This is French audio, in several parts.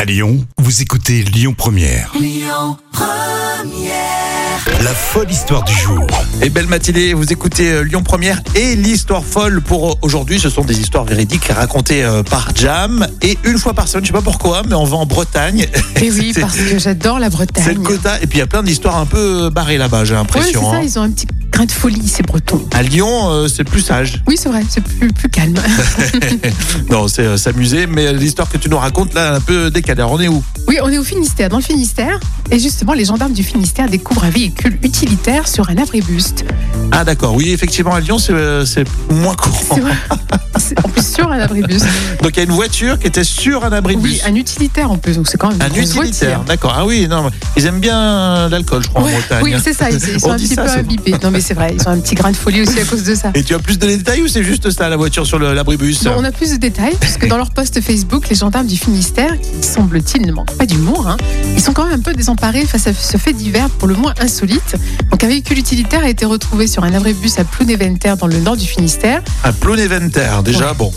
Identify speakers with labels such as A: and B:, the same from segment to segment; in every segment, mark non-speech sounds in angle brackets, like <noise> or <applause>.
A: À Lyon, vous écoutez Lyon Première. La folle histoire du jour.
B: Et belle matinée, vous écoutez euh, Lyon Première et l'histoire folle pour euh, aujourd'hui. Ce sont des histoires véridiques racontées euh, par Jam et une fois par semaine, je sais pas pourquoi, mais on va en
C: <laughs>
B: Bretagne.
C: Et oui,
B: C'est-
C: parce que j'adore la
B: C'est le
C: Bretagne.
B: quota et puis il y a plein d'histoires un peu euh, barrées là-bas, j'ai
C: Ouais, c'est
B: l'impression.
C: ça,
B: hein.
C: ils ont un petit grain de folie, ces Bretons.
B: À Lyon, euh, c'est plus sage.
C: Oui, c'est vrai, c'est plus,
B: <laughs>
C: plus calme.
B: Non, c'est euh, s'amuser, mais l'histoire que tu nous racontes là, un peu décalée. Alors, On est où
C: Oui, on est au Finistère, dans le Finistère. Et justement, les gendarmes du Finistère découvrent un véhicule utilitaire sur un abribus.
B: Ah d'accord, oui, effectivement, à Lyon, c'est euh, c'est moins courant. <laughs>
C: C'est vrai. C'est- En plus, sur un abribus.
B: Donc il y a une voiture qui était sur un abri de
C: Oui,
B: bus.
C: un utilitaire en plus, donc c'est quand même une
B: Un
C: grosse
B: utilitaire,
C: voiture.
B: d'accord. Ah oui, non, mais ils aiment bien euh, l'alcool, je crois, en
C: Ouais,
B: Bretagne.
C: oui, c'est ça, ils, ils
B: <laughs>
C: sont
B: On
C: un
B: dit
C: petit
B: ça,
C: peu
B: c'est-
C: imbibés. Non, mais c'est vrai, ils ont un petit grain de folie aussi à cause de ça.
B: Et tu as plus de détails ou c'est juste ça, la voiture sur le- l'abribus
C: Bon, on a plus de détails, puisque dans leur post Facebook, les gendarmes du Finistère, qui semble-t-il ne manquent pas d'humour, hein, ils sont quand même un peu désemparés face à ce fait divers pour le moins insolite. Donc un véhicule utilitaire a été retrouvé sur un abribus à Plouneventer dans le nord du Finistère.
B: <laughs> Un Plonéventer, déjà, bon.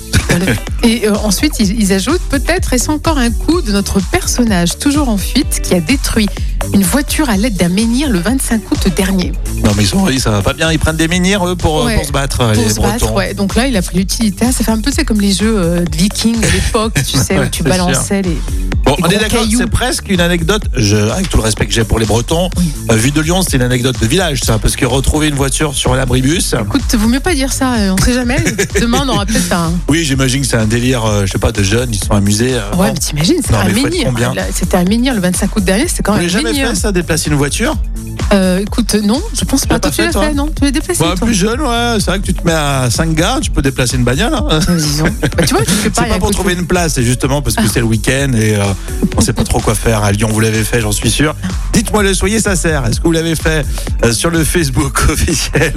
C: Et euh, ensuite, ils, ils ajoutent peut-être est-ce encore un coup de notre personnage toujours en fuite qui a détruit une voiture à l'aide d'un menhir le 25 août dernier.
B: Non, mais ils sont, ils, ça va pas bien, ils prennent des menhirs, eux, pour, euh,
C: Ouais.
B: pour se battre,
C: Pour
B: les
C: se
B: Bretons.
C: battre, ouais. Donc là, il a pris l'utilitaire. Ça fait un peu, c'est comme les jeux euh, de vikings à l'époque,
B: <laughs>
C: tu sais,
B: Ouais,
C: où tu
B: c'est
C: balançais les.
B: Bon,
C: Des
B: on est
C: gros
B: d'accord,
C: cailloux.
B: c'est presque une anecdote, je, avec tout le respect que j'ai pour les Bretons,
C: Oui.
B: euh, vue de Lyon, c'est une anecdote de village, ça, parce que retrouver une voiture sur un abribus,
C: Écoute, vaut mieux pas dire ça, euh, on
B: <laughs>
C: sait jamais. Demain, on aura peut-être un.
B: oui, j'imagine que c'est un délire, euh, je sais pas, de jeunes, ils sont amusés. euh,
C: Ouais,
B: non.
C: mais t'imagines, c'était
B: Non,
C: un
B: mais faut être
C: menhir.
B: combien
C: Là, C'était un menhir le 25 août dernier, c'était quand
B: Vous
C: même
B: l'avez
C: un
B: jamais
C: menhir.
B: fait ça, déplacer une voiture
C: Euh, écoute, non, je pense pas.
B: l'as
C: Toi,
B: pas
C: tu
B: fait,
C: l'as
B: toi
C: fait, non Tu l'as déplacé,
B: Bah,
C: toi
B: Plus jeune, ouais, c'est vrai que tu te mets à 5 gars, tu peux déplacer une bagnole. hein.
C: Euh, dis donc. Bah, tu vois, je fais pas.
B: C'est pas pour trouver une place, c'est justement parce que c'est le week-end et euh, on sait pas trop quoi faire. À Lyon, vous l'avez fait, j'en suis sûr. Dites-moi le, soyez sincères. Est-ce que vous l'avez fait euh, sur le Facebook <laughs> officiel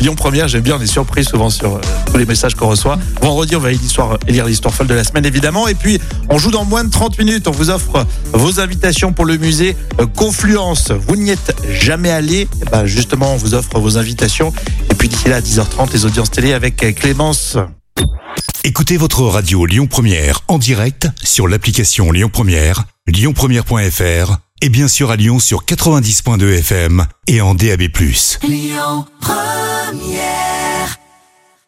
B: Lyon Première J'aime bien, on est surpris souvent sur euh, tous les messages qu'on reçoit. Vendredi, on va l'histoire- lire l'histoire folle de la semaine, évidemment. Et puis, on joue dans moins de 30 minutes. On vous offre vos invitations pour le musée euh, Confluence. Vous n'y êtes jamais allé Eh ben, Justement, on vous offre vos invitations. Et puis, d'ici là, à 10h30, les audiences télé avec euh, Clémence.
A: Écoutez votre radio Lyon Première en direct sur l'application Lyon Première, lyonpremière.fr et bien sûr à Lyon sur 90.2 FM et en DAB+.